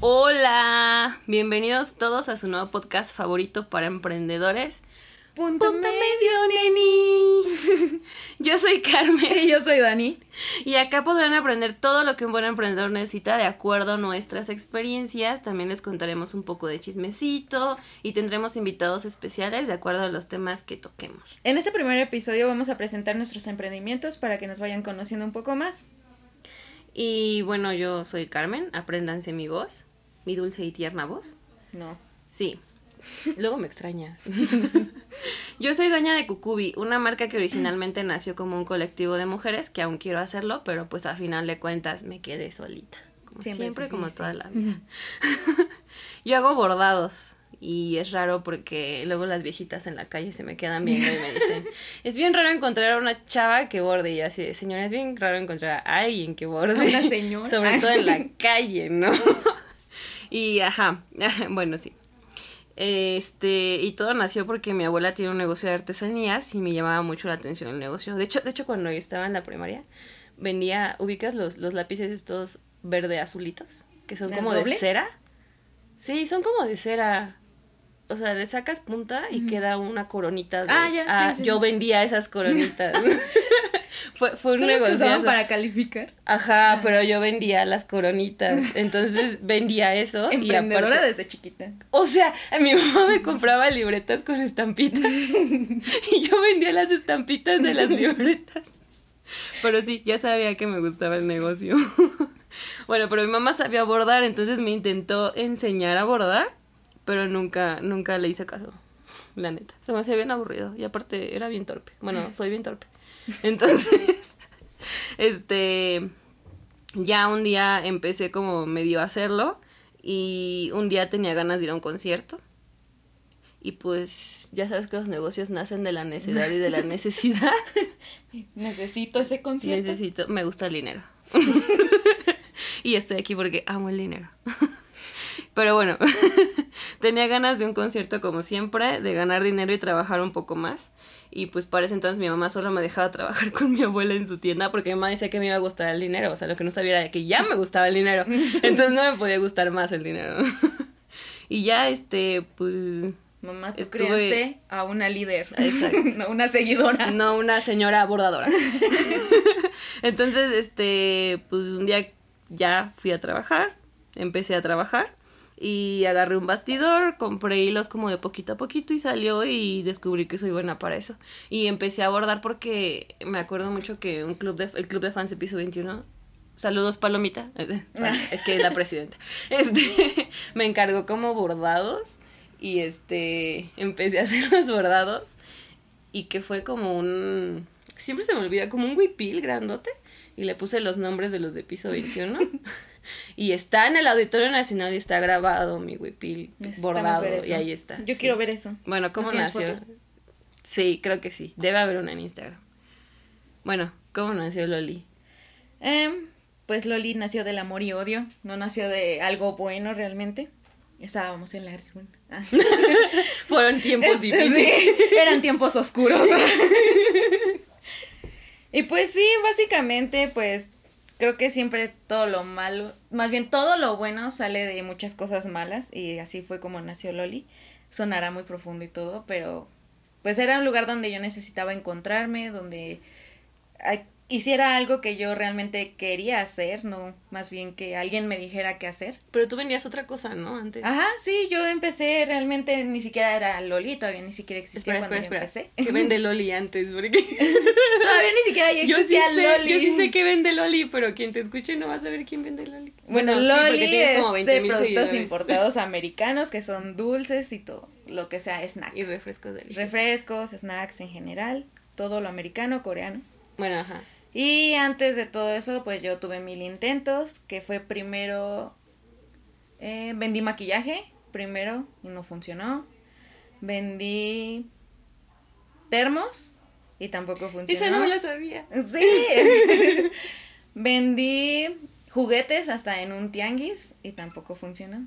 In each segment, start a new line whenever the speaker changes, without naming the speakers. Hola, bienvenidos todos a su nuevo podcast favorito para emprendedores.
Punto, medio, neni.
Yo soy Carmen
Y yo soy Dani.
y acá podrán aprender todo lo que un buen emprendedor necesita de acuerdo a nuestras experiencias. También les contaremos un poco de chismecito y tendremos invitados especiales de acuerdo a los temas que toquemos.
En este primer episodio vamos a presentar nuestros emprendimientos para que nos vayan conociendo un poco más.
Y bueno, yo soy Carmen, apréndanse mi voz, mi dulce y tierna voz.
No.
Sí. Luego me extrañas. Yo soy dueña de Cucubi, una marca que originalmente nació como un colectivo de mujeres, que aún quiero hacerlo, pero pues a final de cuentas me quedé solita. Como siempre,
Siempre es
como
difícil.
toda la vida. Yo hago bordados y es raro porque luego las viejitas en la calle se me quedan viendo y me dicen, es bien raro encontrar a una chava que borde y yo así, de, señora, es bien raro encontrar a alguien que borde.
A una señora.
Sobre todo en la calle, ¿no? Y ajá, bueno, sí. Este, y todo nació porque mi abuela tiene un negocio de artesanías y me llamaba mucho la atención el negocio. De hecho, de hecho cuando yo estaba en la primaria, vendía, ubicas los, los lápices estos verde azulitos, que son
¿De
como
doble?
de cera. Sí, son como de cera. O sea, le sacas punta y queda una coronita. De,
Ah, ya, sí, sí,
Yo
sí.
vendía esas coronitas. fue, fue un
Son los que
negocio.
usaban para calificar.
Ajá, pero yo vendía las coronitas. Entonces vendía eso. y
Emprendedora
aparte-
desde chiquita.
o sea, mi mamá me compraba libretas con estampitas y yo vendía las estampitas de las libretas. Pero sí, ya sabía que me gustaba el negocio. Bueno, pero mi mamá sabía bordar, entonces me intentó enseñar a bordar, pero nunca, nunca le hice caso. La neta, se me hacía bien aburrido y aparte era bien torpe. Bueno, soy bien torpe. Entonces, este, ya un día empecé como medio a hacerlo y un día tenía ganas de ir a un concierto. Y pues ya sabes que los negocios nacen de la necesidad y de la necesidad.
Necesito ese concierto.
Necesito, me gusta el dinero. y estoy aquí porque amo el dinero. Pero bueno, tenía ganas de un concierto como siempre, de ganar dinero y trabajar un poco más. Y pues para ese entonces mi mamá solo me dejaba trabajar con mi abuela en su tienda porque mi mamá decía que me iba a gustar el dinero. O sea, lo que no sabía era que ya me gustaba el dinero. Entonces no me podía gustar más el dinero. y ya este, pues
Mamá, tú
Estuve-
creaste a una líder.
Exacto.
no una seguidora.
No una señora bordadora. Entonces, este, pues un día ya fui a trabajar, empecé a trabajar y agarré un bastidor, compré hilos como de poquito a poquito y salió y descubrí que soy buena para eso. Y empecé a bordar porque me acuerdo mucho que un club de, el club de fans de piso 21 Saludos, Palomita. Es que es la presidenta. Este, me encargó como bordados y este, empecé a hacer los bordados y que fue como un... Siempre se me olvida, como un huipil grandote y le puse los nombres de los de piso 21. y está en el Auditorio Nacional y está grabado mi huipil
Necesitamos
bordado
ver eso.
y ahí está.
Yo
sí.
quiero ver eso.
Bueno, ¿cómo
¿No tienes
nació?
fotos?
Sí, creo que sí. Debe haber una en Instagram. Bueno, ¿cómo nació Loli?
Em, pues Loli nació del amor y odio, no nació de algo bueno realmente. Estábamos en la ruina. Ah.
Fueron tiempos
Sí,
difíciles.
eran tiempos oscuros. y pues sí, básicamente, pues creo que siempre todo lo malo, más bien todo lo bueno sale de muchas cosas malas y así fue como nació Loli. Sonará muy profundo y todo, pero pues era un lugar donde yo necesitaba encontrarme, donde ah, hiciera algo que yo realmente quería hacer, no más bien que alguien me dijera qué hacer.
Pero tú vendías otra cosa, ¿no? Antes.
Ajá, sí, yo empecé realmente, ni siquiera era Loli, todavía ni siquiera existía
espera,
cuando
espera, espera.
yo empecé.
¿Qué vende Loli antes? Porque
Todavía ni siquiera ya
yo, sí
existía
sé,
Loli.
yo sí sé que vende Loli, pero quien te escuche no va a saber quién vende Loli.
Bueno,
sí, porque
Loli
tienes como
es de
20,000
productos
seguidores.
importados americanos que son dulces y todo, lo que sea snack.
Y refrescos deliciosos.
Refrescos, snacks en general, todo lo americano, coreano.
Bueno, ajá.
Y antes de todo eso, pues yo tuve mil intentos, que fue primero, eh, vendí maquillaje, primero, y no funcionó. Vendí termos, y tampoco funcionó.
Esa no me la sabía.
Sí. Vendí juguetes hasta en un tianguis y tampoco funcionó.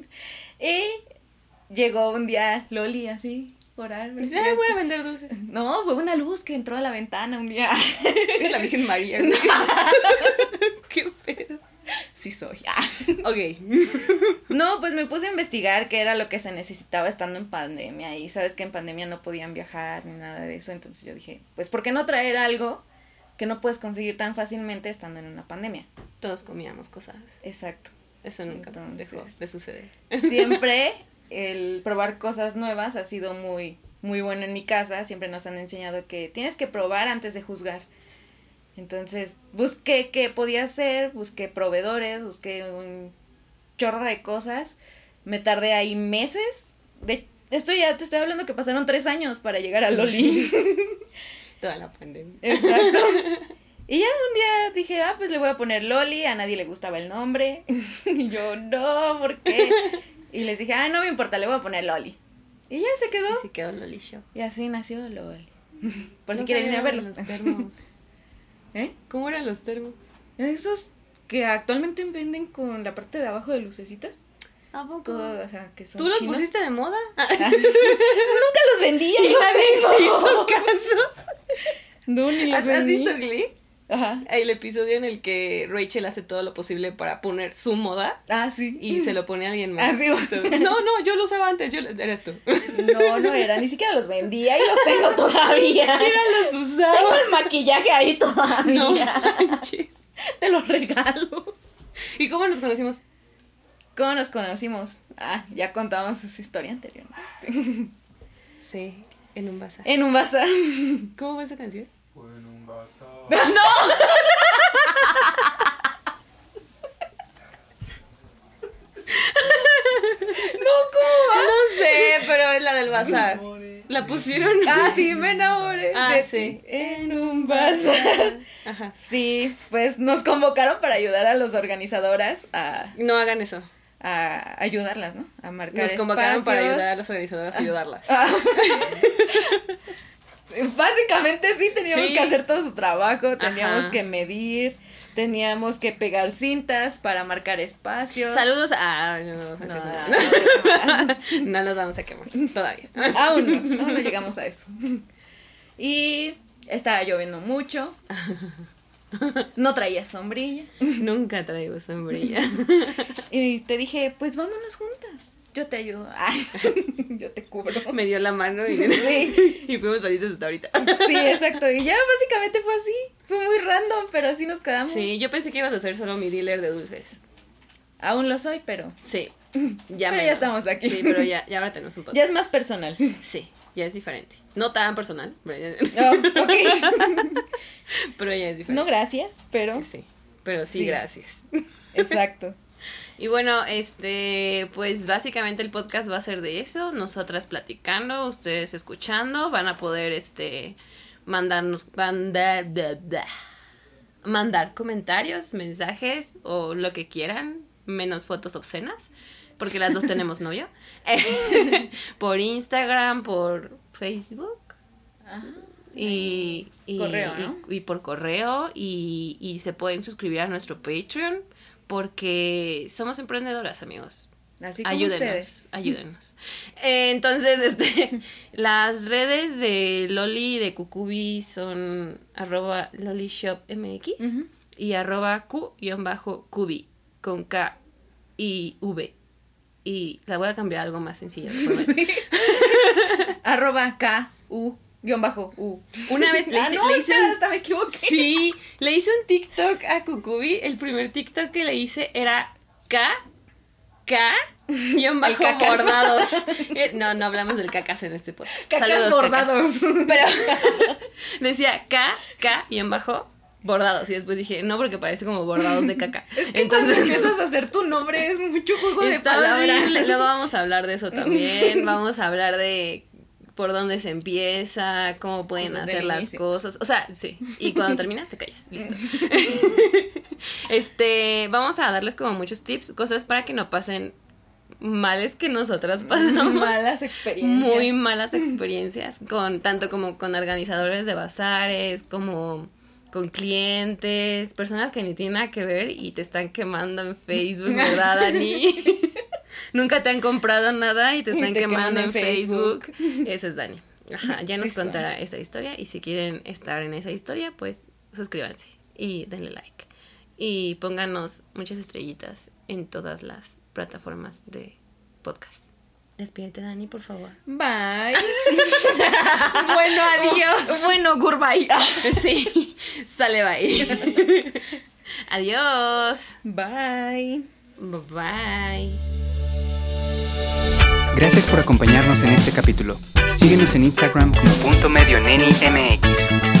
y llegó un día Loli así, por algo.
Pues, ay, voy a vender dulces.
No, fue una luz que entró a la ventana un día.
Es la Virgen María. güey. Qué pedo.
Sí soy. Ah.
Ok.
No, pues me puse a investigar qué era lo que se necesitaba estando en pandemia y sabes que en pandemia no podían viajar ni nada de eso, entonces yo dije, pues ¿por qué no traer algo que no puedes conseguir tan fácilmente estando en una pandemia?
Todos comíamos cosas.
Exacto.
Eso nunca
Entonces.
dejó de suceder.
Siempre el probar cosas nuevas ha sido muy muy bueno en mi casa, siempre nos han enseñado que tienes que probar antes de juzgar. Entonces, busqué qué podía hacer, busqué proveedores, busqué un chorro de cosas. Me tardé ahí meses. De, esto ya te estoy hablando que pasaron tres años para llegar a Loli.
Toda la pandemia.
Exacto. Y ya un día dije, ah, pues le voy a poner Loli, a nadie le gustaba el nombre. Y yo, no, ¿por qué? Y les dije, ah, no me importa, le voy a poner Loli. Y ya se quedó.
Así quedó Loli Show.
Y así nació Loli. Por si
No
quieren ir a verlo.
sabíamos Los termos.
¿Eh?
¿Cómo eran los termos?
Esos que actualmente venden con la parte de abajo de lucecitas.
¿A poco?
Todo, o sea, que son
¿Tú los
chinos.
pusiste de moda?
Nunca los vendía.
Y
yo
nadie
los
te
tengo.
hizo caso.
No, ni los
¿Has, has
vendí.
visto Glee?
Ajá.
El episodio en el que Rachel hace todo lo posible para poner su moda
Ah, sí.
y se lo pone a alguien más.
Ah, sí.
Entonces, no, no, yo lo usaba antes, yo lo- eras tú.
No, no era, ni siquiera los vendía y los tengo todavía.
Mira, los
Tengo
usaba.
el maquillaje ahí todavía.
No manches.
Te lo regalo.
¿Y cómo nos conocimos?
¿Cómo nos conocimos? Ah, ya contábamos esa historia anterior.
Sí, en un bazar.
En un bazar.
¿Cómo va esa canción?
Fue en un bazar.
No, ¿cómo
No sé, pero es la del bazar.
Amores.
La pusieron.
Ah, sí, me enamoré.
Ah,
de
sí.
ti En un bazar.
Ajá.
Sí, pues nos convocaron para ayudar a las organizadoras a,
No hagan eso.
a ayudarlas, ¿no? A marcar
Nos convocaron para
espacios.
ayudar a los organizadores a ayudarlas.
Ah. Básicamente sí, teníamos
Sí.
que hacer todo su trabajo, teníamos
Ajá.
que medir, teníamos que pegar cintas para marcar espacios.
Saludos a. No, no,
No,
no, no,
no,
no,
no, no.
no. No los vamos a quemar todavía.
Aún no, aún no llegamos a eso. Y estaba lloviendo mucho. No traía sombrilla.
Nunca traigo sombrilla.
Y te dije, pues vámonos juntas. Yo te ayudo. Ay, yo te cubro.
Me dio la mano y,
Sí.
y fuimos felices hasta ahorita.
Sí, exacto. Y ya básicamente fue así. Fue muy random, pero así nos quedamos.
Sí, yo pensé que ibas a ser solo mi dealer de dulces.
Aún lo soy, pero
Sí. Ya
Pero
menos.
ya estamos aquí.
Sí, pero ya, ya ahora tenemos un podcast.
ya es más personal.
Sí, ya es diferente. No tan personal, pero ya,
No, Oh, ok.
pero ya es
No,
diferente.
gracias, pero.
sí, pero sí,
Sí.
gracias.
Exacto.
Y bueno, este, pues básicamente el podcast va a ser de eso, nosotras platicando, ustedes escuchando, van a poder, este, mandarnos, mandar, bla, bla, mandar comentarios, mensajes o lo que quieran, menos fotos obscenas, porque las dos tenemos novio, por Instagram, por Facebook. Y, y-
Ah, Correo, ¿no?
y- y por correo y, y se pueden suscribir a nuestro Patreon porque somos emprendedoras amigos
Así como
ayúdenos
ustedes.
ayúdenos Eh, entonces este las redes de Loli y de Cucubi son arroba lolishopmx
Ujú.
y arroba q bajo cubi con k y v y la voy a cambiar a algo más sencillo de forma-
Arroba K U guión bajo U.
una vez le
Ah,
hice-
no,
le hice
espera,
un-
hasta me equivoqué.
Sí, le hice un TikTok a Cucubi. El primer TikTok que le hice era K, K, guión bajo
cacas.
bordados. Eh, No, no hablamos del cacas en este podcast.
Cacas
Saludos, cacas.
bordados.
Pero decía K, K, guión bajo bordados. Y después dije, no, porque parece como bordados de caca.
Entonces empiezas a hacer tu nombre, es mucho juego de
Está
palabras.
horrible. Luego vamos a hablar de eso también. Vamos a hablar de por dónde se empieza, cómo pueden
Cosas del
hacer las
inicio.
cosas. O sea, sí. Y cuando terminas te callas. Listo. este, vamos a darles como muchos tips, cosas para que no pasen males que nosotras pasamos.
Malas experiencias.
Muy malas experiencias con tanto como con organizadores de bazares, como con clientes, personas que ni tienen nada que ver y te están quemando en Facebook, ¿verdad, Dani? Nunca te han comprado nada y te
Y
están
te queman
quemando
en
en Facebook. Ese es Dani. Ajá, ya
Sí
nos
son.
contará esa historia y si quieren estar en esa historia, pues suscríbanse y denle like. y pónganos muchas estrellitas en todas las plataformas de podcast. Despídete, Dani, por favor.
Bye. bueno, adiós.
Bueno, goodbye. sí, sale bye. adiós.
Bye.
Bye.
Gracias por acompañarnos en este capítulo. Síguenos en Instagram como punto medio neni mx.